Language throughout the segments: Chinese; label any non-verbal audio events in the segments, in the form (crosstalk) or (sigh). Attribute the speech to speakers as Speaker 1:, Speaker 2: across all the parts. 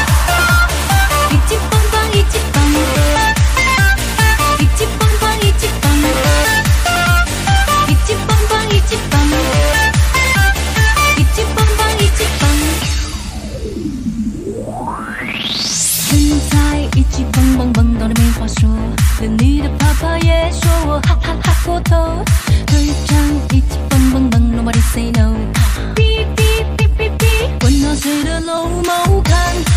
Speaker 1: 一级棒棒，一级棒，一级棒棒，一级棒，一级棒棒，一级棒，一级棒棒，一级棒。身材一级棒棒棒到你没话说，连你的爸爸也说我哈哈哈过头。对唱一级棒棒棒，Nobody say no。哔哔哔哔哔，管他谁的老猫看，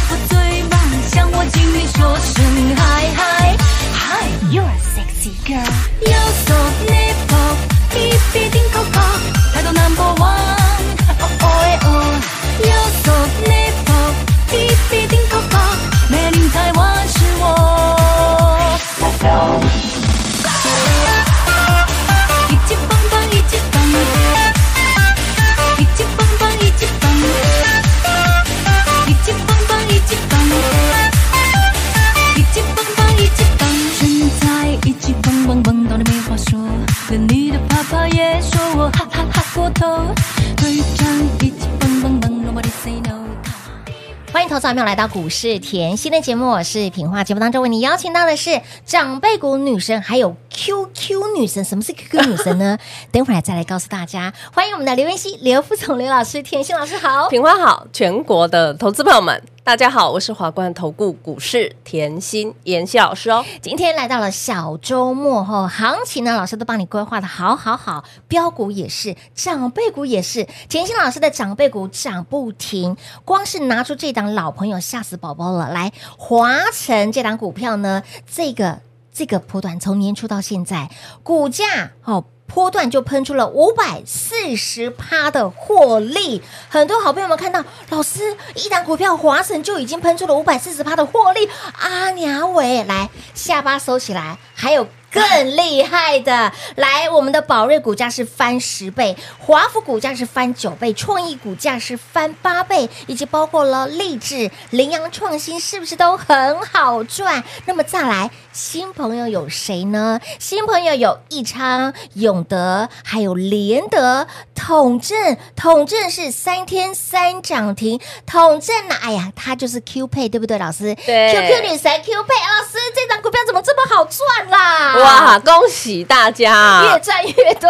Speaker 1: 我最棒，向我经理说声嗨嗨嗨，You're a sexy girl。右手 nipple，哔哔叮 coco，态度 number one。哦哦哦，右手 nipple，哔哔叮 coco，美丽台湾是我。一级棒棒，一级棒，一级棒棒，一级棒，一级棒棒，一级棒，一级棒棒，一级棒，身材一级棒棒棒到你没话说，连你的爸爸也说我哈哈哈过头，对唱一级棒棒棒，Nobody say no。
Speaker 2: 欢迎投资者朋友来到股市甜心的节目，我是品化。节目当中为你邀请到的是长辈股女神，还有 QQ 女神。什么是 QQ 女神呢？等会儿再来告诉大家。欢迎我们的刘元熙、刘副总、刘老师、甜心老师好。
Speaker 3: 品花好，全国的投资朋友们，大家好，我是华冠投顾股市甜心妍希老师哦。
Speaker 2: 今天来到了小周末后，行情呢，老师都帮你规划的好好好，标股也是，长辈股也是，甜心老师的长辈股涨不停，光是拿出这档老朋友吓死宝宝了。来，华晨这档股票呢，这个这个波段从年初到现在，股价哦。波段就喷出了五百四十趴的获利，很多好朋友们看到，老师一档股票华晨就已经喷出了五百四十趴的获利，阿娘伟来下巴收起来，还有。更厉害的，来，我们的宝瑞股价是翻十倍，华府股价是翻九倍，创意股价是翻八倍，以及包括了励志、羚羊创新，是不是都很好赚？那么再来，新朋友有谁呢？新朋友有益昌、永德，还有联德、统正。统正是三天三涨停，统正呢、哎呀，它就是 Q 配，对不对，老师？
Speaker 3: 对
Speaker 2: QQ 女神 Q 配，老师这张股票怎么这么好赚啦？
Speaker 3: 哇，恭喜大
Speaker 2: 越
Speaker 3: 家！
Speaker 2: 赚越多，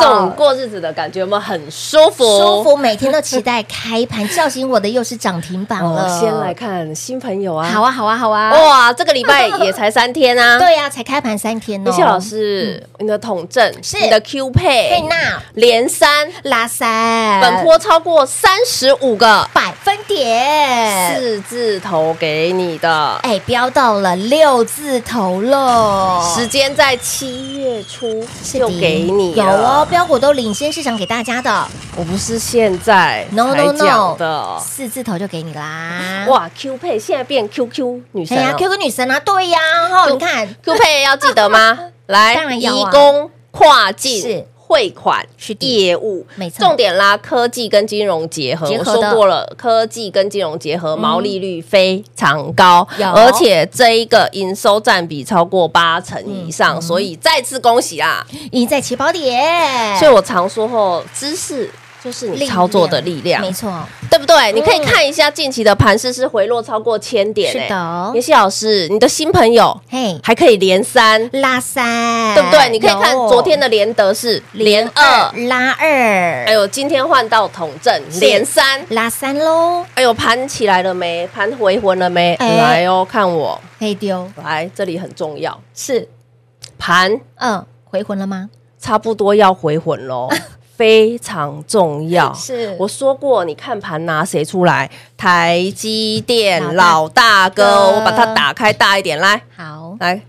Speaker 3: 这种过日子的感觉有没有很舒服？
Speaker 2: 舒服，每天都期待开盘。叫醒我的又是涨停板
Speaker 3: 哦。
Speaker 2: 了，
Speaker 3: 先来看新朋友啊，
Speaker 2: 呃好啊，好啊，好啊！
Speaker 3: 哇，这个礼拜也才三天
Speaker 2: (laughs)
Speaker 3: 啊。，
Speaker 2: 对呀、才开盘三天哦。
Speaker 3: 妍希老师，你的统证
Speaker 2: 是
Speaker 3: 你的 Q
Speaker 2: 佩
Speaker 3: 配
Speaker 2: 纳
Speaker 3: 连三，
Speaker 2: 拉三
Speaker 3: 本波超过三十五个
Speaker 2: 百分点，
Speaker 3: 四字头给你的，
Speaker 2: 哎，飙到了六字头喽，
Speaker 3: 时间在七月初
Speaker 2: 是
Speaker 3: 就
Speaker 2: 的
Speaker 3: 给你
Speaker 2: 有
Speaker 3: 了
Speaker 2: 哦，标股都领先市场给大家的
Speaker 3: 我不是现在
Speaker 2: ，no
Speaker 3: 才
Speaker 2: no
Speaker 3: 讲
Speaker 2: no，
Speaker 3: 的。
Speaker 2: 四字头就给你啦。
Speaker 3: 哇，Q 配现在变 QQ 女
Speaker 2: 哎
Speaker 3: 神
Speaker 2: 呀
Speaker 3: 了。
Speaker 2: ，QQ 女神啊，对呀，哈，
Speaker 3: 就
Speaker 2: 你看
Speaker 3: (laughs) Q 配要记得
Speaker 2: (laughs)
Speaker 3: 吗？来，
Speaker 2: 当然要
Speaker 3: 移
Speaker 2: 啊
Speaker 3: 工跨
Speaker 2: 是
Speaker 3: 境汇款
Speaker 2: 是的
Speaker 3: 业务，
Speaker 2: 没错
Speaker 3: 重点啦，科技跟金融结合，
Speaker 2: 结
Speaker 3: 我
Speaker 2: 合
Speaker 3: 说
Speaker 2: 的嗯
Speaker 3: 过了，科技跟金融结合，毛利率非常高，
Speaker 2: 有
Speaker 3: 而且这一个营收占比超过八成以
Speaker 2: 嗯
Speaker 3: 上，所以再次恭喜啊！
Speaker 2: 赢在起跑点，
Speaker 3: 所以我常说吼，知识就是你操作的力量，
Speaker 2: 没错，嗯
Speaker 3: 对不对？你可以看一下近期的盘势是回落超过千点、哎
Speaker 2: 是的哦
Speaker 3: 妍希老师，你的新朋友
Speaker 2: 嘿，
Speaker 3: 还可以连三，
Speaker 2: 拉三，
Speaker 3: 对不对？你可以看
Speaker 2: 哎有
Speaker 3: 昨天的连德是连二，
Speaker 2: 拉二，
Speaker 3: 哎呦，今天换到统正
Speaker 2: 是
Speaker 3: 连三，
Speaker 2: 拉三喽，
Speaker 3: 哎呦，盘起来了没？盘回魂了没？
Speaker 2: 哎
Speaker 3: 来哦，看我，
Speaker 2: 可以丢，
Speaker 3: 来，这里很重要，
Speaker 2: 是，
Speaker 3: 盘
Speaker 2: 嗯，回魂了吗？
Speaker 3: 差不多要回魂
Speaker 2: (laughs)
Speaker 3: 喽。非常重要，
Speaker 2: 是
Speaker 3: 我说过，你看盘拿谁出来？台积电
Speaker 2: 老
Speaker 3: 老大哥，
Speaker 2: 哥
Speaker 3: 我把它打开大一点，来
Speaker 2: 好，
Speaker 3: 来，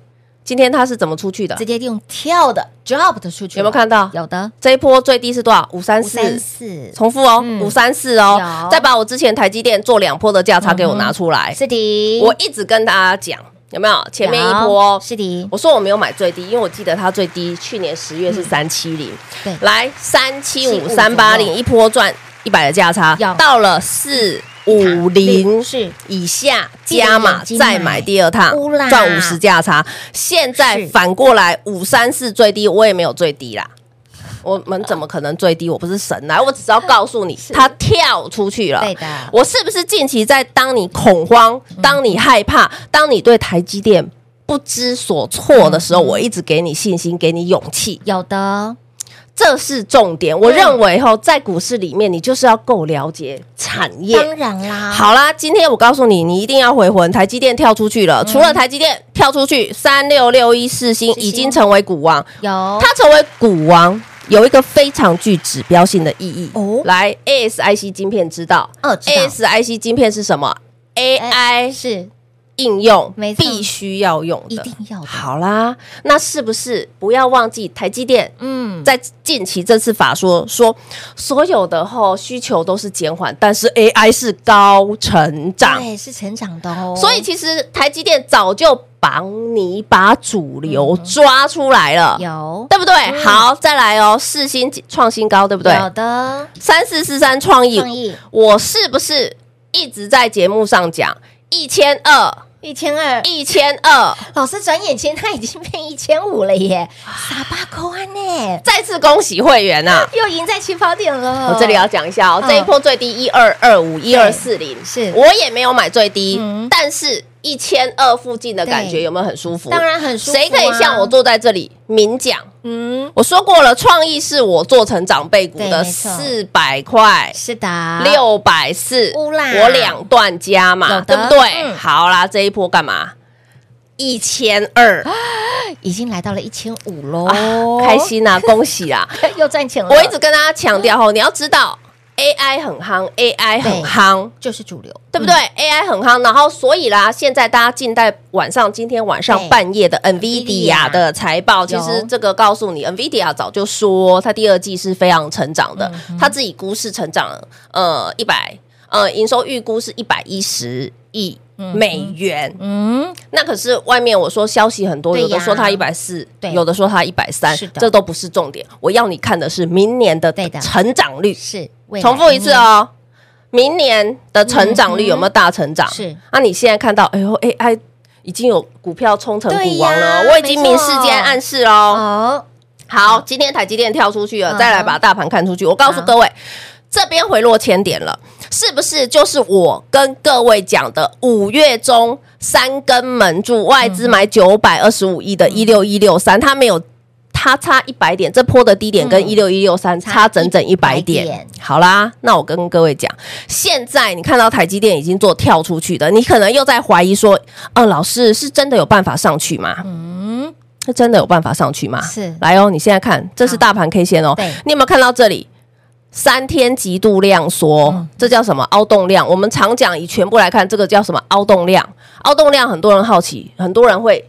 Speaker 3: 今天它是怎么出去的
Speaker 2: 直？接用跳的 drop 的出去，
Speaker 3: 有没有？看到？
Speaker 2: 有的，
Speaker 3: 这一波最低是多少？五三
Speaker 2: 五三
Speaker 3: 四，
Speaker 2: 四，
Speaker 3: 重复哦
Speaker 2: 嗯，
Speaker 3: 五三四哦
Speaker 2: 有，嗯
Speaker 3: 再把我之前台积电做两波的价差给我拿出来。
Speaker 2: 是的，
Speaker 3: 我一直跟大家讲，有没有？前面一波哦
Speaker 2: 有是的
Speaker 3: 我说我没有买最低，因为我记得它最低去年十月是三七零，
Speaker 2: 嗯对
Speaker 3: 来三七五三八
Speaker 2: 375
Speaker 3: 零一波赚一百的价差
Speaker 2: 有，
Speaker 3: 到了四五零
Speaker 2: 是
Speaker 3: 以下加码
Speaker 2: 记得有
Speaker 3: 再买第二趟
Speaker 2: 乌啦
Speaker 3: 赚五十价差，现在
Speaker 2: 是
Speaker 3: 反过来五三四最低我也没有最低啦。我们怎么可能最低？我不是神啊！我只是要告诉你，它跳出去了。
Speaker 2: 对的嗯
Speaker 3: 我是不是近期在当你恐慌、当你害怕、当你对台积电不知所措的
Speaker 2: 嗯
Speaker 3: 时候，我一直给你信心，给你勇气，
Speaker 2: 有的
Speaker 3: 这是重点。我认为吼，在股市里面，你就是要够了解产业。
Speaker 2: 当然啦，，
Speaker 3: 好啦，今天我告诉你，你一定要回魂。台积电跳出去
Speaker 2: 嗯
Speaker 3: 了，除了台积电跳出去，三六六一四星已经成为股王，
Speaker 2: 有
Speaker 3: 它成为股王有一个非常具指标性的意义。
Speaker 2: 哦
Speaker 3: 来，ASIC 晶片知道
Speaker 2: 哦知道
Speaker 3: ，ASIC 晶片是什么
Speaker 2: 哎
Speaker 3: ？AI
Speaker 2: 是
Speaker 3: 应用
Speaker 2: 没错
Speaker 3: 必须要用的，
Speaker 2: 一定要的
Speaker 3: 好啦，那是不是不要忘记台积电？
Speaker 2: 嗯，
Speaker 3: 在近期这次法说说，所有的吼需求都是减缓，但是 AI 是高成长，
Speaker 2: 对，是成长的哦，
Speaker 3: 所以其实台积电早就帮你把主流
Speaker 2: 嗯
Speaker 3: 抓出来了，
Speaker 2: 有
Speaker 3: 对不对？
Speaker 2: 嗯
Speaker 3: 好，再来哦，四星创新高，对不对？
Speaker 2: 有的
Speaker 3: 三四四三创意，
Speaker 2: 创意
Speaker 3: 我是不是一直在节目上讲一千二？
Speaker 2: 一千二，
Speaker 3: 一千二，
Speaker 2: 老师转眼间它已经变一千五了耶，傻八扣安呢，
Speaker 3: 再次恭喜会员啊！
Speaker 2: 又赢在起跑点了。
Speaker 3: 我这里要讲一下哦，
Speaker 2: 嗯
Speaker 3: 这一波最低一二二五一二四零，
Speaker 2: 是
Speaker 3: 我也没有买最低
Speaker 2: 嗯，
Speaker 3: 但是一千二附近的感觉
Speaker 2: 对
Speaker 3: 有没有很舒服？
Speaker 2: 当然很舒服啊
Speaker 3: 谁可以像我坐在这里明讲？
Speaker 2: 嗯，
Speaker 3: 我说过了，创意是我做成长辈股
Speaker 2: 对
Speaker 3: 的
Speaker 2: 没错啊
Speaker 3: 四百块。
Speaker 2: 是的，
Speaker 3: 六百四，
Speaker 2: 乌啦
Speaker 3: 我两段加
Speaker 2: 有
Speaker 3: 嘛，
Speaker 2: 的
Speaker 3: 对不对？
Speaker 2: 嗯
Speaker 3: 好啦，这一波干嘛？一千二，
Speaker 2: 已经来到了一千五喽，哦
Speaker 3: (laughs) 开心啊，恭喜啊！
Speaker 2: (laughs) 又赚钱了。
Speaker 3: 我一直跟大家强调吼，你要知道 AI 很夯，AI 很
Speaker 2: 对
Speaker 3: 夯，
Speaker 2: 就是主流，
Speaker 3: 对不对、a i 很夯，然后所以啦，现在大家静待晚上今天晚上
Speaker 2: 对
Speaker 3: 半夜的 NVIDIA 的财报，其实这个告诉你，NVIDIA 早就说它第二季是非常成长
Speaker 2: 嗯
Speaker 3: 的，它自己估是成长呃一百呃营收预估是一百一十亿美元。
Speaker 2: 嗯，
Speaker 3: 那可是外面我说消息很多，
Speaker 2: 对呀
Speaker 3: 有的说它一百四
Speaker 2: 对，
Speaker 3: 有的说它一百三
Speaker 2: 是，的
Speaker 3: 这都不是重点。我要你看的是明年的
Speaker 2: 对的
Speaker 3: 成长率。
Speaker 2: 是未来
Speaker 3: 重复一次哦，明年的成长率有没有大成长？
Speaker 2: 嗯是
Speaker 3: 那、你现在看到，哎呦，AI 已经有股票冲成
Speaker 2: 对呀
Speaker 3: 股王了哦，我已经
Speaker 2: 没
Speaker 3: 明
Speaker 2: 错
Speaker 3: 示间暗示喽。
Speaker 2: 哦，
Speaker 3: 好，今天台积电跳出去
Speaker 2: 嗯
Speaker 3: 了，再来把大盘看出去。我告诉
Speaker 2: 好
Speaker 3: 各位，这边回落千点了，是不是就是我跟各位讲的五月中三根门柱外资
Speaker 2: 嗯
Speaker 3: 买九百二十五亿的一六一六三，它没有。它差一百点，这波的低点
Speaker 2: 嗯
Speaker 3: 跟一六一六三差整整一百
Speaker 2: 100
Speaker 3: 点
Speaker 2: 点。
Speaker 3: 好啦，那我跟各位讲，现在你看到台积电已经做跳出去的，你可能又在怀疑说，呃，老师是真的有办法上去吗？
Speaker 2: 嗯，
Speaker 3: 是真的有办法上去吗？
Speaker 2: 是
Speaker 3: 来哦，你现在看，这是大盘 K 线哦
Speaker 2: 对，
Speaker 3: 你有没有看到这里？三天极度量缩，
Speaker 2: 嗯
Speaker 3: 这叫什么凹动量？我们常讲以全部来看，这个叫什么凹动量？凹动量，很多人好奇，很多人会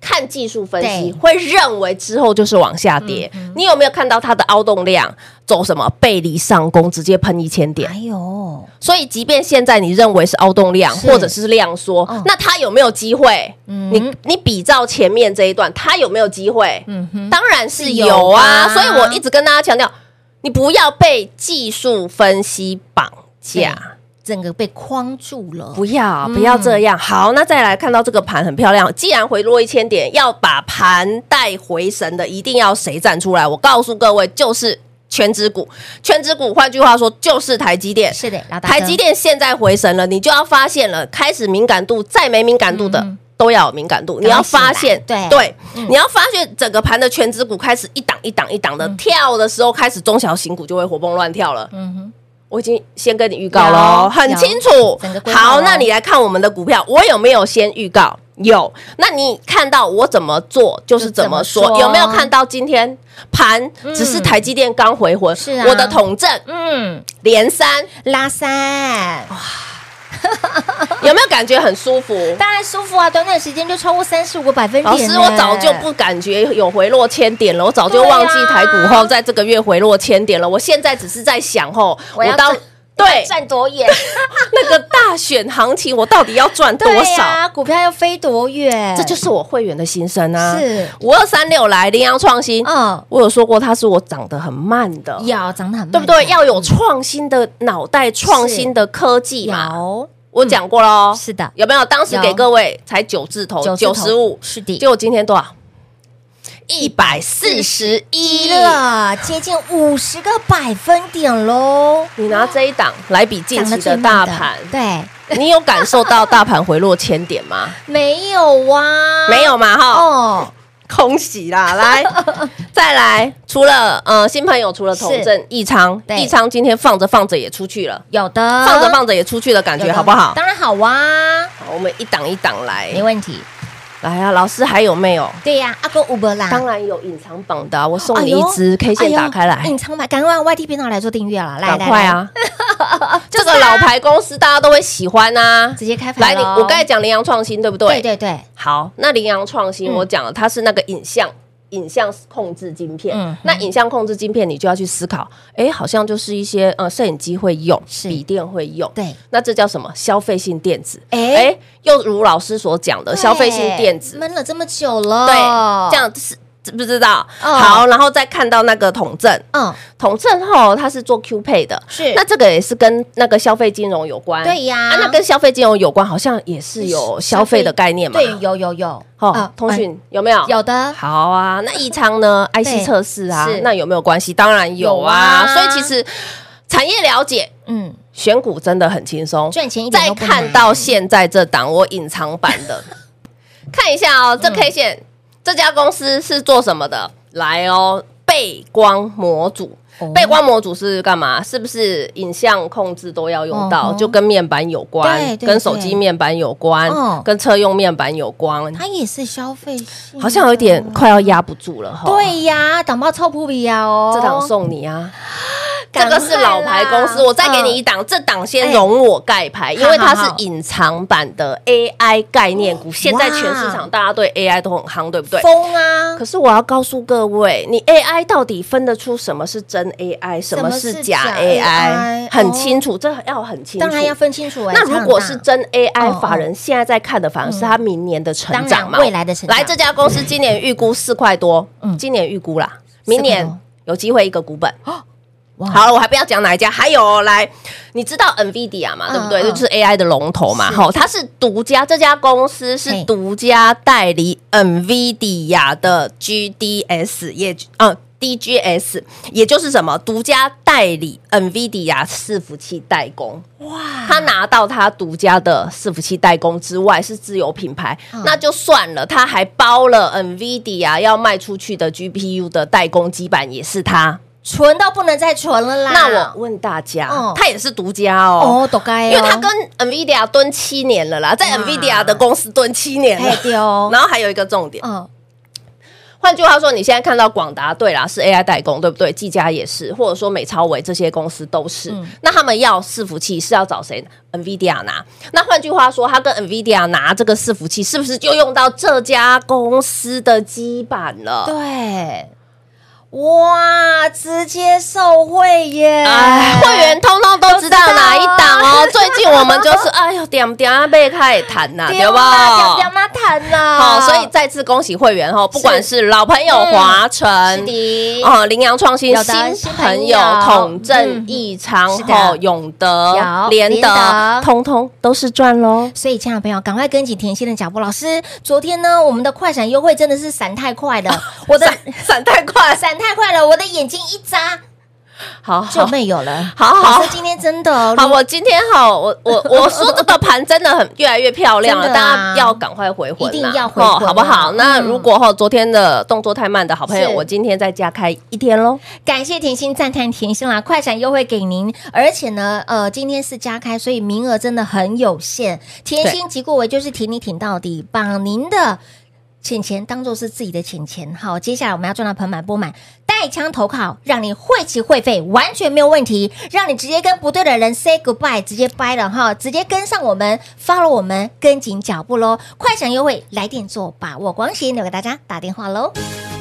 Speaker 3: 看技术分析
Speaker 2: 对，嗯
Speaker 3: 会认为之后就是往下跌。你有没有看到它的凹动量走什么背离上攻，直接喷一千点
Speaker 2: 哎？呦，
Speaker 3: 所以，即便现在你认为是凹动量
Speaker 2: 是
Speaker 3: 或者是量缩，
Speaker 2: 嗯
Speaker 3: 那它有没有机会？
Speaker 2: 嗯
Speaker 3: 你你比照前面这一段，它有没有机会？
Speaker 2: 嗯哼，
Speaker 3: 当然是
Speaker 2: 是有
Speaker 3: 有
Speaker 2: 啊
Speaker 3: 啊。所以我一直跟大家强调，你不要被技术分析绑架。
Speaker 2: 整个被框住了，
Speaker 3: 不要，
Speaker 2: 嗯
Speaker 3: 不要这样。好，那再来看到这个盘很漂亮。既然回落一千点，要把盘带回神的，一定要谁站出来？我告诉各位，就是全指股。全指股，换句话说，就是台积电。
Speaker 2: 是的，老大哥
Speaker 3: 台积电现在回神了，你就要发现了，开始敏感度，再没敏感度的。都要有敏感度，你要发现，
Speaker 2: 嗯赶快醒来对嗯
Speaker 3: 你要发现整个盘的全指股开始一档一档一档的、跳的时候，开始中小型股就会活蹦乱跳了。
Speaker 2: 嗯哼，
Speaker 3: 我已经先跟你预告
Speaker 2: 有
Speaker 3: 喽，很
Speaker 2: 有
Speaker 3: 清楚
Speaker 2: 整个。规划哦咯
Speaker 3: 好，那你来看我们的股票，我有没有先预告？有。那你看到我怎么做，就是怎
Speaker 2: 就怎
Speaker 3: 么
Speaker 2: 么
Speaker 3: 说。
Speaker 2: 说嗯
Speaker 3: 有没有看到今天盘只是台积电刚回魂？
Speaker 2: 是啊
Speaker 3: 我的统正
Speaker 2: 嗯，
Speaker 3: 连三，
Speaker 2: 拉三，
Speaker 3: 哦有没有感觉很舒服？
Speaker 2: 当然舒服啊，短短时间就超过三十五个百分
Speaker 3: 老
Speaker 2: 点呢。
Speaker 3: 师，我早就不感觉有回落千点了，我早就忘记
Speaker 2: 对啊
Speaker 3: 台股后在这个月回落千点了。我现在只是在想，吼，
Speaker 2: 我要
Speaker 3: 我到
Speaker 2: 赚
Speaker 3: 对
Speaker 4: 站多远？
Speaker 3: 那个大选行情，我到底要赚多
Speaker 2: 对啊
Speaker 3: 少？
Speaker 2: 呀，股票要飞多远？
Speaker 3: 这就是我会员的心声啊！
Speaker 2: 是
Speaker 3: 五二三六来羚羊创新，
Speaker 2: 嗯，
Speaker 3: 我有说过它是我长得很慢的，
Speaker 2: 要长得很慢
Speaker 3: 对不对？要有创新的脑袋，创新的科技嘛。
Speaker 2: 有
Speaker 3: 我讲过喽，
Speaker 2: 是的
Speaker 3: 有没有？当时
Speaker 2: 有
Speaker 3: 给各位才九字头，九
Speaker 2: 字
Speaker 3: 十
Speaker 2: 头
Speaker 3: 五，
Speaker 2: 是的，
Speaker 3: 结果今天多少？一百四十一
Speaker 2: 低。了，接近五十个百分点喽，
Speaker 3: 你拿这一档来比近
Speaker 2: 涨
Speaker 3: 期
Speaker 2: 得最
Speaker 3: 的
Speaker 2: 慢
Speaker 3: 大
Speaker 2: 的
Speaker 3: 盘，
Speaker 2: 对，
Speaker 3: 你有感受到大盘回落千点
Speaker 2: (laughs)
Speaker 3: 吗？
Speaker 2: 没有哇，
Speaker 3: 没有啊嘛哈，
Speaker 2: 哦，
Speaker 3: 恭
Speaker 2: (laughs)
Speaker 3: 喜啦！来，再来，除了呃新朋友，除了
Speaker 2: 是
Speaker 3: 同证益昌，
Speaker 2: 对
Speaker 3: 益昌今天放着放着也出去了，
Speaker 2: 有的
Speaker 3: 放着放着也出去的感
Speaker 2: 有的
Speaker 3: 觉好不好？
Speaker 2: 当然好哇，
Speaker 3: 好我们一档一档来，
Speaker 2: 没问题。
Speaker 3: 来啊！老师还有没有？
Speaker 2: 对呀，阿哥五伯啦，
Speaker 3: 当然有隐藏榜的啊，我送你
Speaker 2: 哎
Speaker 3: 一
Speaker 2: 呦
Speaker 3: 支 K 线打开
Speaker 2: 哎呦
Speaker 3: 来，
Speaker 2: 隐藏版，赶快 YT 频道来做订阅了，来
Speaker 3: 赶快，
Speaker 2: 来来 (laughs) 啊
Speaker 3: 啊！这个老牌公司大家都会喜欢啊
Speaker 2: 直。接开牌
Speaker 3: 来，你
Speaker 2: 咯
Speaker 3: 我刚才讲羚羊创新对不
Speaker 2: 对
Speaker 3: 对？
Speaker 2: 对对，
Speaker 3: 好，那羚羊创新
Speaker 2: 嗯
Speaker 3: 我讲了，它是那个影像。影像控制晶片，
Speaker 2: 嗯
Speaker 3: 那影像控制晶片，你就要去思考，哎，好像就是一些呃，摄影机会用，
Speaker 2: 是
Speaker 3: 笔电会用，
Speaker 2: 对，
Speaker 3: 那这叫什么？消费性电子，
Speaker 2: 诶
Speaker 3: 诶，又如老师所讲的，
Speaker 2: 对
Speaker 3: 消费性电子，
Speaker 2: 闷了这么久了，
Speaker 3: 对，这，样是知不知道？
Speaker 2: 哦
Speaker 3: 好，然后再看到那个统证，
Speaker 2: 嗯，
Speaker 3: 统证后它是做 Q 配的，
Speaker 2: 是
Speaker 3: 那这个也是跟那个消费金融有关，
Speaker 2: 对呀
Speaker 3: 啊，那跟消费金融有关，好像也是有消费的概念嘛，
Speaker 2: 对，有有有，
Speaker 3: 哦
Speaker 2: 啊，
Speaker 3: 通讯有没有？
Speaker 2: 有的
Speaker 3: 好啊，那异常呢
Speaker 2: 对
Speaker 3: ？IC 测试啊
Speaker 2: 是，
Speaker 3: 那有没有关系？当然有啊，
Speaker 2: 有啊
Speaker 3: 所以其实产业了解。
Speaker 2: 嗯，
Speaker 3: 选股真的很轻松，
Speaker 2: 赚钱一点
Speaker 3: 再
Speaker 2: 都不难哦
Speaker 3: 看到现在这档我隐藏版的， (laughs) 看一下哦，这 K
Speaker 2: 嗯
Speaker 3: 线、这家公司是做什么的？来哦，背光模组。
Speaker 2: 哦
Speaker 3: 背光模组是干嘛？是不是影像控制都要用到？
Speaker 2: 嗯哼
Speaker 3: 就跟面板有
Speaker 2: 对
Speaker 3: 关，
Speaker 2: 对
Speaker 3: 跟手机面板有关，
Speaker 2: 嗯
Speaker 3: 跟车用面板有关，
Speaker 2: 它也是消费性，啊
Speaker 3: 好像有一点快要压不住了哈。
Speaker 2: 对呀，党报超普比呀哦，
Speaker 3: 这档送
Speaker 2: (gasps)
Speaker 3: 你啊，这
Speaker 2: 赶快
Speaker 3: 个
Speaker 2: 啦嗯哎
Speaker 3: 是老牌公司，我再给你一档，这档先容我盖牌，因为它是隐藏版的 AI 概念股，现在全市场大家对 AI 都很夯，对不对？
Speaker 2: 风啊，
Speaker 3: 可是我要告诉各位，你 AI 到底分得出什么是真 AI，什么是假
Speaker 2: 什么是假 AI
Speaker 3: AI，很清楚，这要很清楚。
Speaker 2: 当然要分清楚哎，
Speaker 3: 那如果是
Speaker 2: 差很大
Speaker 3: 真
Speaker 2: 嗯
Speaker 3: AI，
Speaker 2: 嗯
Speaker 3: 法人现在在看的反而是它明年的成长
Speaker 2: 当
Speaker 3: 嘛，
Speaker 2: 然未来的成长嗯
Speaker 3: 来这家公司今年预估四块多，今年预估啦，明
Speaker 2: 4块多哦
Speaker 3: 年有机会一个股本。
Speaker 2: 哇
Speaker 3: 好了，我还不要讲哪一家，还有哦来，你知道 NVIDIA 嘛，
Speaker 2: 嗯
Speaker 3: 对不对？
Speaker 2: 嗯
Speaker 3: 这就是 AI 的龙头嘛，
Speaker 2: 是
Speaker 3: 哈，它是独家，这家公司
Speaker 2: 嘿
Speaker 3: 是独家代理 NVIDIA 的 GDS，也嗯。DGS 也就是什么独家代理 NVIDIA 伺服器代工，他拿到他独家的伺服器代工之外是自有品牌，
Speaker 2: 嗯
Speaker 3: 那就算了，他还包了 NVIDIA 要卖出去的 GPU 的代工基板也是他。
Speaker 2: 纯到不能再纯了啦，
Speaker 3: 那我问大家
Speaker 2: 嗯，
Speaker 3: 他也是独家哦。
Speaker 2: 哦，都该，
Speaker 3: 因为他跟 NVIDIA 蹲七年了啦，在 NVIDIA 的公司蹲七年了哦
Speaker 2: 哎，对哦
Speaker 3: 然后还有一个重点，
Speaker 2: 嗯
Speaker 3: 换句话说，你现在看到广达对啦，是 AI 代工，对不对？技嘉也是，或者说美超伟这些公司都是。那他们要伺服器是要找谁？NVIDIA 拿。那换句话说，他跟 NVIDIA 拿这个伺服器，是不是就用到这家公司的基板了？
Speaker 2: 对，哇，直接受贿耶！
Speaker 3: 哎，会员通通都知道哪一档哦。最近我们就是，哎呦，点点啊，被开始谈呐，对
Speaker 2: 丢啦，
Speaker 3: 不
Speaker 2: 丢？妈啊谈啦！
Speaker 3: 好，所以再次恭喜会员哦，不管是老朋友
Speaker 2: 嗯
Speaker 3: 华晨、
Speaker 2: 是的，
Speaker 3: 哦，羚羊创新
Speaker 2: 有
Speaker 3: 新
Speaker 2: 的新朋
Speaker 3: 朋
Speaker 2: 友
Speaker 3: 友统
Speaker 2: 嗯
Speaker 3: 正益昌
Speaker 2: 是的
Speaker 3: 后永德
Speaker 2: 有
Speaker 3: 联
Speaker 2: 联德
Speaker 3: 德，通通都是赚喽。
Speaker 2: 所以，亲爱的朋友，赶快跟紧甜心的脚步。老师，昨天呢，我们的快闪优惠真的是闪太快了，我的 (laughs)
Speaker 3: 闪闪太 (laughs) 快，
Speaker 2: 闪太快了，我的眼睛一眨
Speaker 3: (laughs) 好
Speaker 2: 就
Speaker 3: 好
Speaker 2: 没有了。
Speaker 3: 好好
Speaker 2: 老师今天真的
Speaker 3: 好，我今天哈，我
Speaker 2: (laughs)
Speaker 3: 我我说这个盘真的很越来越漂亮
Speaker 2: 真
Speaker 3: 了，
Speaker 2: 的
Speaker 3: 大
Speaker 2: 啊
Speaker 3: 家要赶快回魂啦，
Speaker 2: 一定要回魂
Speaker 3: 哦好不好？
Speaker 2: 啊
Speaker 3: 那
Speaker 2: 嗯
Speaker 3: 如果哈昨天的动作太慢的好朋友，
Speaker 2: 是
Speaker 3: 我今天再加开一天喽。
Speaker 2: 感谢甜心，赞叹甜心啦！快闪优惠给您，而且呢，呃，今天是加开，所以名额真的很有限。甜心及顾维就是挺你挺到底，把您的钱钱当做是自己的钱钱。好，接下来我们要赚到盆满钵满，带枪投靠，让你会齐会费，完全没有问题，让你直接跟不对的人 say goodbye，直接掰了哈，直接跟上我们，follow 我们，跟紧脚步喽！快闪优惠来电做把握，光时留给大家打电话喽。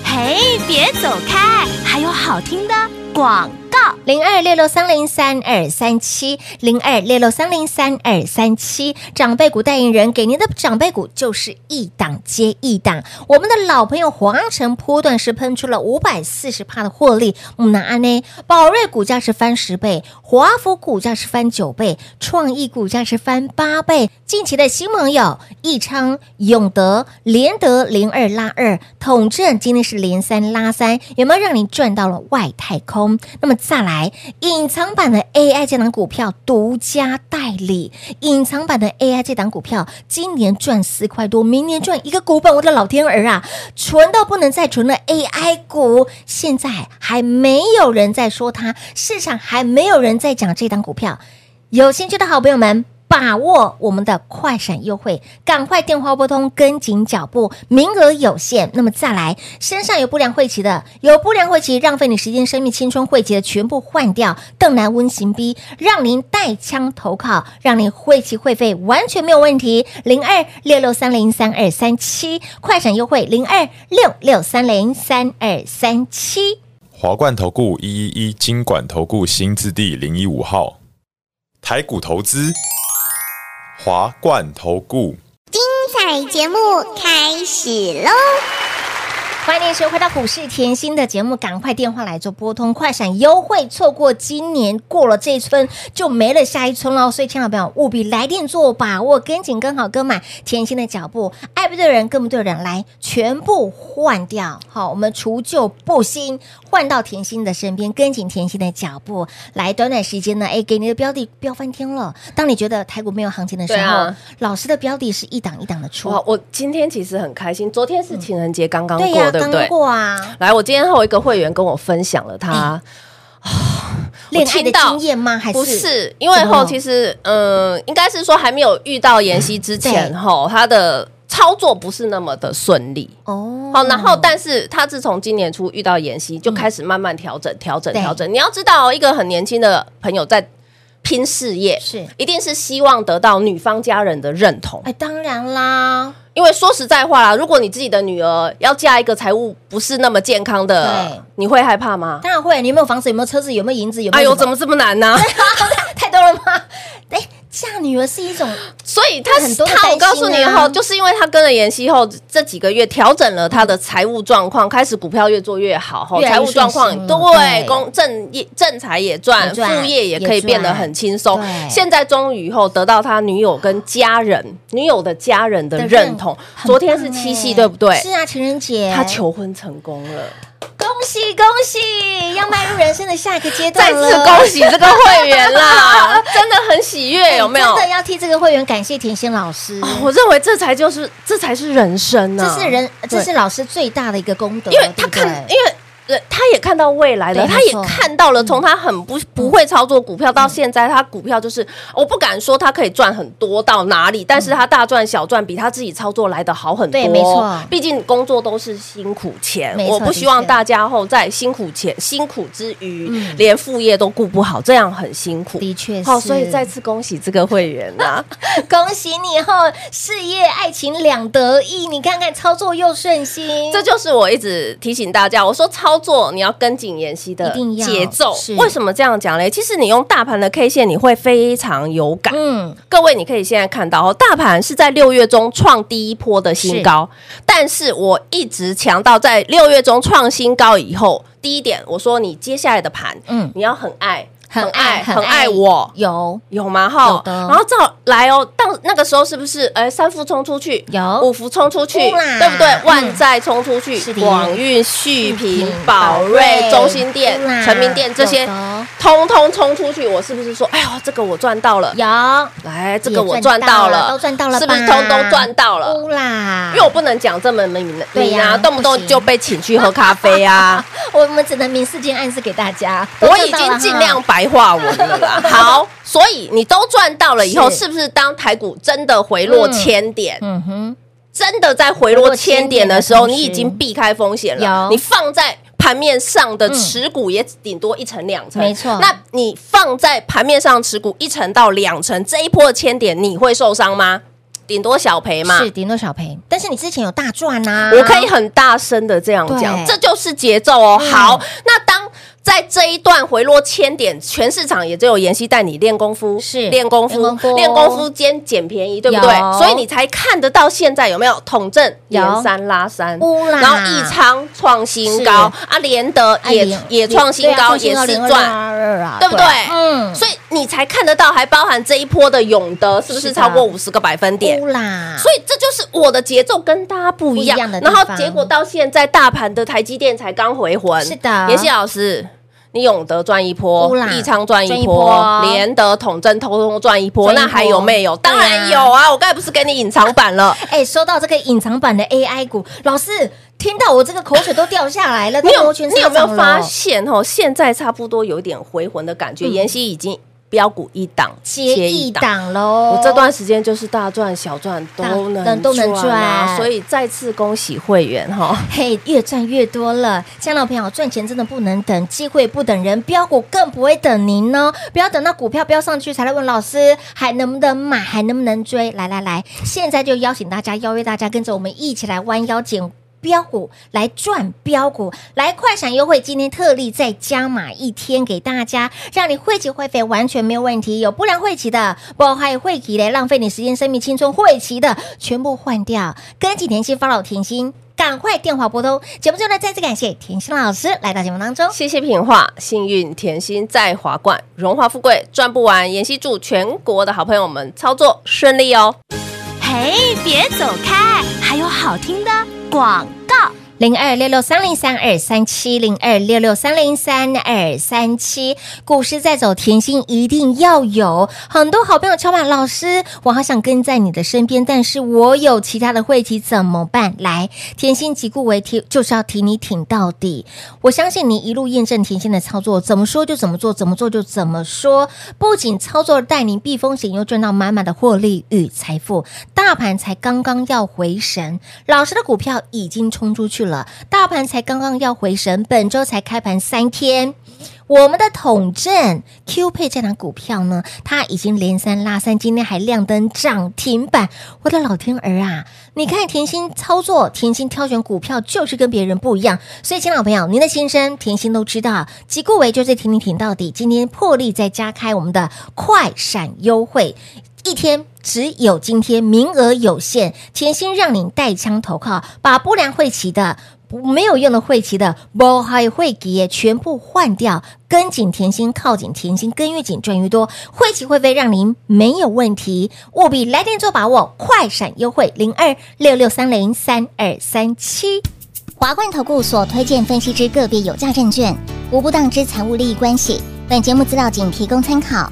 Speaker 4: 嘿，别走开，还有好听的广告。
Speaker 2: 零二六六三零三二三七零二六六三零三二三七。长辈股代言人给您的长辈股就是一档接一档。我们的老朋友黄成波段是喷出了五百四十帕的获利，嗯那安呢？宝瑞股价是翻十倍，华孚股价是翻九倍，创意股价是翻八倍。近期的新盟友益昌、永德、联德零二拉二，统正今天是连三拉三，有没有让你赚到了外太空？那么再来，隐藏版的 AI 这档股票独家代理，隐藏版的 AI 这档股票今年赚四块多，明年赚一个股本，我的老天儿啊，纯到不能再纯了 AI 股，现在还没有人在说它，市场还没有人在讲这档股票。有兴趣的好朋友们，把握我们的快闪优惠，赶快电话拨通，跟紧脚步，名额有限。那么再来，身上有不良晦气的，有不良晦气，浪费你时间、生命、青春、晦气的，全部换掉。邓来温行逼，让您带枪投靠，让您晦气会费完全没有问题。零二六六三零三二三七，快闪优惠零二六六三零三二三七。
Speaker 5: 华冠投顾一一一金管投顾新字第零一五号，台股投资，华冠投顾。
Speaker 4: 彩节目开始喽！
Speaker 2: 欢迎收回到股市甜心的节目，赶快电话来做拨通快闪优惠，错过今年过了这一村就没了下一村喽，所以千万不要务必来电做把握，跟紧跟好跟满甜心的脚步，爱不对人跟不对人，来全部换掉。好，我们除旧布新，换到甜心的身边，跟紧甜心的脚步，来短短时间呢，哎，给你的标的飙翻天了。当你觉得台股没有行情的时
Speaker 3: 对
Speaker 2: 候，
Speaker 3: 啊
Speaker 2: 老师的标的是一档一档的出，
Speaker 3: 哇，我今天其实很开心，昨天是情人节刚刚
Speaker 2: 嗯对
Speaker 3: 过，
Speaker 2: 呀、刚
Speaker 3: 对不
Speaker 2: 刚
Speaker 3: 对？
Speaker 2: 过啊。
Speaker 3: 来，我今天还有一个会员跟我分享了他
Speaker 2: 哎
Speaker 3: 啊
Speaker 2: 恋爱的
Speaker 3: 听到
Speaker 2: 经验吗？还是
Speaker 3: 不是，因为后其实，嗯，应该是说还没有遇到妍希之前，
Speaker 2: 对
Speaker 3: 吼，他的操作不是那么的顺利。
Speaker 2: 哦？
Speaker 3: 好，然后但是他自从今年初遇到妍希，就开始慢慢调整、调整、
Speaker 2: 嗯对
Speaker 3: 调整。你要知道哦，一个很年轻的朋友在拼事业，
Speaker 2: 是
Speaker 3: 一定是希望得到女方家人的认同。
Speaker 2: 哎，当然啦，
Speaker 3: 因为说实在话啦，如果你自己的女儿要嫁一个财务不是那么健康
Speaker 2: 对
Speaker 3: 的，你会害怕吗？
Speaker 2: 当然会。你有没有房子？有没有车子？有没有银子？有没
Speaker 3: 哎
Speaker 2: 有
Speaker 3: 呦，
Speaker 2: 什
Speaker 3: 怎
Speaker 2: 么？
Speaker 3: 么这么
Speaker 2: (laughs)
Speaker 3: 难呢、
Speaker 2: 太多了吗？ (laughs) 哎，嫁女儿是一种
Speaker 3: 所以他
Speaker 2: 很多的
Speaker 3: 他，我
Speaker 2: 担
Speaker 3: 告
Speaker 2: 心
Speaker 3: 诉你
Speaker 2: 啊
Speaker 3: 后，就是因为他跟了妍希后，这几个月调整了他的财务状况，开始股票越做越好，后
Speaker 2: 越来越
Speaker 3: 财务状况
Speaker 2: 顺心了
Speaker 3: 对
Speaker 2: 对
Speaker 3: 公正业正财也赚
Speaker 2: 也，
Speaker 3: 副
Speaker 2: 赚
Speaker 3: 业也
Speaker 2: 也
Speaker 3: 可以变得
Speaker 2: 赚
Speaker 3: 很轻松
Speaker 2: 对。
Speaker 3: 现在终于后得到他女友跟家人女友的家人的
Speaker 2: 的认
Speaker 3: 认同。昨天是
Speaker 2: 很棒
Speaker 3: 七夕，
Speaker 2: 哎
Speaker 3: 对不对？
Speaker 2: 是啊，情人节，
Speaker 3: 他求婚成功了，
Speaker 2: 恭喜恭喜，要迈入人生的下一个 (laughs) 阶
Speaker 3: 再
Speaker 2: 段了。
Speaker 3: 次恭喜这个会员啦， (laughs) 真的很喜悦，
Speaker 2: 哎
Speaker 3: 有没有
Speaker 2: 真？的要替这个会员感谢甜心老师，
Speaker 3: 哦我认为这才就是这才是人生呢、
Speaker 2: 这是人，这
Speaker 3: 对
Speaker 2: 是老师最大的一个功德，
Speaker 3: 因为他
Speaker 2: 对不对
Speaker 3: 看，因为。呃，他也看到未来了，
Speaker 2: 对
Speaker 3: 他
Speaker 2: 没
Speaker 3: 也
Speaker 2: 错嗯
Speaker 3: 看到了，从他很不不会操作股票到现在，他股票就是我不敢说他可以赚很多到哪里，但是他大赚小赚比他自己操作来的好很
Speaker 2: 嗯
Speaker 3: 多。
Speaker 2: 对没错
Speaker 3: 毕竟工作都是辛苦钱
Speaker 2: 没，错
Speaker 3: 我不希
Speaker 2: 的
Speaker 3: 望
Speaker 2: 确嗯
Speaker 3: 大家后在辛苦钱辛苦之余，连副业都顾不好，这样很辛苦。
Speaker 2: 的确是
Speaker 3: 好，所以再次恭喜这个会员啊
Speaker 2: (laughs)
Speaker 3: 呐、
Speaker 2: 恭喜你后事业爱情两得意，你看看操作又顺心，
Speaker 3: 这就是我一直提醒大家，我说操作你要跟紧妍希的
Speaker 2: 一定要
Speaker 3: 节奏
Speaker 2: 是。
Speaker 3: 为什么这样讲嘞？其实你用大盘的 K 线，你会非常有感。
Speaker 2: 嗯
Speaker 3: 各位，你可以现在看到哦，大盘是在六月中创第一波的新高，但是我一直强调，在六月中创新高以后，第一点，我说你接下来的盘，
Speaker 2: 嗯
Speaker 3: 你要很爱，
Speaker 2: 很爱
Speaker 3: 很爱我。
Speaker 2: 有
Speaker 3: 有吗？哈
Speaker 2: 有，的
Speaker 3: 然后照来哦，到那个时候是不是？哎，三副冲出去，
Speaker 2: 有
Speaker 3: 五福冲出去，
Speaker 2: 冲啦
Speaker 3: 对不对
Speaker 2: 嗯？
Speaker 3: 万载冲出去
Speaker 2: 是，的
Speaker 3: 广运、旭
Speaker 2: 旭
Speaker 3: 平
Speaker 2: 平、
Speaker 3: 宝
Speaker 2: 宝瑞
Speaker 3: 瑞、中心店
Speaker 2: 冲啦、
Speaker 3: 成名店这些
Speaker 2: 有的，
Speaker 3: 通通冲出去，我是不是说，哎呦，这个我赚到了，
Speaker 2: 有。
Speaker 3: 来，这个我
Speaker 2: 也
Speaker 3: 赚
Speaker 2: 赚
Speaker 3: 到
Speaker 2: 到
Speaker 3: 了，
Speaker 2: 了都赚到了吧
Speaker 3: 是不是通通赚到了？
Speaker 2: 哭啦！
Speaker 3: 因为我不能讲这么明
Speaker 2: 对
Speaker 3: 明
Speaker 2: 呀
Speaker 3: 啊，动不
Speaker 2: 不
Speaker 3: 动
Speaker 2: 行
Speaker 3: 就被请去喝咖
Speaker 2: (laughs)
Speaker 3: 啡啊。
Speaker 2: 我们只能明示见暗示给大家。都
Speaker 3: (laughs) 我
Speaker 2: 赚
Speaker 3: 已
Speaker 2: 到了
Speaker 3: 经
Speaker 2: 哈
Speaker 3: 尽量白话文了
Speaker 2: (laughs)
Speaker 3: 啦。好，所以你都赚到了以后，
Speaker 2: 是
Speaker 3: 是不是当台股真的回落千点，
Speaker 2: 嗯哼，
Speaker 3: 真的在回落千点的时
Speaker 2: 回
Speaker 3: 候，
Speaker 2: 落千点的同时
Speaker 3: 你已经避开风险
Speaker 2: 有
Speaker 3: 了？你放在盘面上的持股也顶多一层两层，
Speaker 2: 嗯没错
Speaker 3: 那你放在盘面上持股一层到两层，这一波的千点你会受伤吗？顶多小赔嘛。
Speaker 2: 是顶多小赔，但是你之前有大赚呐、啊
Speaker 3: 我可以很大声的这样
Speaker 2: 对嗯
Speaker 3: 讲，这就是节奏哦。好，那当在这一段回落千点，全市场也只有妍希带你练功夫，
Speaker 2: 是
Speaker 3: 练功夫
Speaker 2: 练功夫，
Speaker 3: 练功夫兼捡便宜，对不对
Speaker 2: 有？
Speaker 3: 所以你才看得到现在有没有统正
Speaker 2: 有
Speaker 3: 连三拉三，
Speaker 2: 乌啦
Speaker 3: 然后益昌创新高啊，联德
Speaker 2: 哎
Speaker 3: 也
Speaker 2: 连
Speaker 3: 也创新
Speaker 2: 对啊
Speaker 3: 高，
Speaker 2: 创新
Speaker 3: 也是赚。
Speaker 2: 0.222啊
Speaker 3: 对不对？
Speaker 2: 嗯，
Speaker 3: 所以你才看得到，还包含这一波的永德是不
Speaker 2: 是的
Speaker 3: 是超过五十个百分点
Speaker 2: 哭？啦，
Speaker 3: 所以这就是我的节奏跟大家不一样。
Speaker 2: 啊不一样的地
Speaker 3: 然
Speaker 2: 方
Speaker 3: 后结果到现在，大盘的台积电才刚回魂。
Speaker 2: 是的
Speaker 3: 妍希老师。你永德赚一波
Speaker 2: 呼啦，
Speaker 3: 益昌赚
Speaker 2: 赚
Speaker 3: 一
Speaker 2: 一波
Speaker 3: 波，联德统正通通赚一波，
Speaker 2: 赚一波
Speaker 3: 那还有没有？
Speaker 2: 对啊
Speaker 3: 当然有啊！我刚才不是给你隐藏版了？
Speaker 2: 哎、说到这个隐藏版的 AI 股，老师听到我这个口水都掉下来了。
Speaker 3: (laughs) 你有
Speaker 2: 都摩拳
Speaker 3: 你有
Speaker 2: 擦
Speaker 3: 没有
Speaker 2: 掌了
Speaker 3: 发现哦？现在差不多有点回魂的感觉。妍希已经标股一档
Speaker 2: 接嗯一档喽？
Speaker 3: 我这段时间就是大赚小赚都
Speaker 2: 大嗯
Speaker 3: 能
Speaker 2: 都能
Speaker 3: 赚啊，
Speaker 2: 赚
Speaker 3: 所以再次恭喜会员哈。
Speaker 2: 嘿，越赚越多了，亲爱的朋友，赚钱真的不能等，机会不等人，标股更不会等您哦。不要等到股票飙上去才来问老师还能不能买，还能不能追。来来来，现在就邀请大家，邀约大家跟着我们一起来弯腰捡。标股来赚标股，来快闪优惠！今天特例再加码一天给大家，让你汇集会费完全没有问题。有不良汇集的，包括汇集来浪费你时间、生命、青春，汇集的全部换掉，跟紧甜心，发老甜心。赶快电话拨通。节目最后呢，再次感谢甜心老师来到节目当中。
Speaker 3: 谢谢品画，幸运甜心在华冠，荣华富贵赚不完。妍希祝全国的好朋友们操作顺利哦。
Speaker 6: 嘿，别走开，还有好听的广告。
Speaker 2: 零二六六三零三二三七零二六六三零三二三七。股市在走，甜心一定要有。很多好朋友敲板，老师，我好想跟在你的身边，但是我有其他的会籍怎么办？来，甜心即顾为提，就是要提你挺到底。我相信你一路验证甜心的操作，怎么说就怎么做，怎么做就怎么说。不仅操作带您避风险，又赚到满满的获利与财富。大盘才刚刚要回神，老师的股票已经冲出去了，大盘才刚刚要回神，本周才开盘三天。我们的统证 Q 配这档股票呢，它已经连三拉三，今天还亮灯涨停板。我的老天儿啊！你看甜心操作，甜心挑选股票就是跟别人不一样。所以，亲老朋友，您的心声甜心都知道，即顾为就是挺你挺到底。今天破例再加开我们的快闪优惠，一天只有今天，名额有限，甜心让你带枪投靠，把不良会齐的。不没有用的会齐的，不还会给全部换掉，跟紧甜心，靠紧甜心，跟越紧赚越多，会齐会费让您没有问题，务必来电做把握，快闪优惠零二六六三零三二三七。
Speaker 4: 华冠投顾所推荐分析之个别有价证券，无不当之财务利益关系。本节目资料仅提供参考，